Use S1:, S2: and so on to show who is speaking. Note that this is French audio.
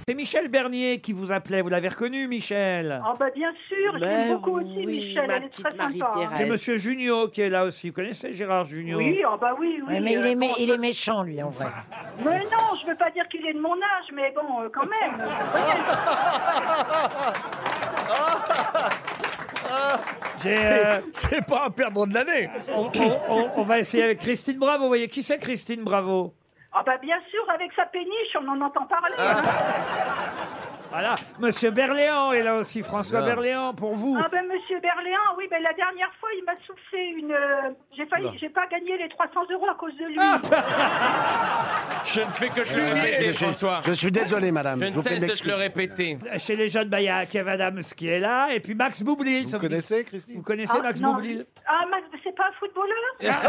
S1: C'était Michel Bernier qui vous appelait. Vous l'avez reconnu, Michel
S2: Ah bah bien sûr, je
S3: Mais
S2: l'aime beaucoup aussi,
S3: oui,
S2: Michel,
S3: ma
S2: elle est très
S3: petite
S2: sympa. hein.
S3: Marie-Thérèse.
S1: C'est Monsieur Junio qui est là aussi. Vous connaissez Gérard Junio
S2: Oui, ah bah oui, oui.
S3: Ouais, mais il
S2: euh,
S3: est, mé-
S2: bon,
S3: il est méchant, lui, en vrai.
S2: Mais non, je veux pas dire qu'il est de mon âge, mais bon, euh, quand même.
S1: J'ai, euh,
S4: C'est pas un perdant de l'année.
S1: on, on- on- on va essayer avec Christine Bravo. Vous voyez, qui c'est Christine Bravo
S2: Ah bah bien sûr, avec sa péniche, on en entend parler.
S3: Ah.
S2: hein.
S1: Voilà. Monsieur Berléand est là aussi. François
S4: Non.
S1: Berléand, pour vous.
S2: Ah ben Monsieur Berléand, oui, ben la dernière fois, il m'a soufflé une. euh, J'ai failli, j'ai pas gagné les 300 euros à cause de lui.
S3: Ah,
S5: Je ne fais que te le répéter, François.
S6: Euh, Je suis désolé, madame.
S5: Je ne
S6: vous fais
S5: cesse
S6: de
S5: de te le répéter.
S2: Ah.
S1: Chez les jeunes, bah, il y a Kev Adams qui est là. Et puis Max Boublil.
S6: Vous
S1: ça vous-
S6: connaissez,
S1: vous
S6: Christine
S1: connaissez
S2: Ah,
S1: Max
S2: non.
S1: Boublil
S2: Ah Max, c'est pas un footballeur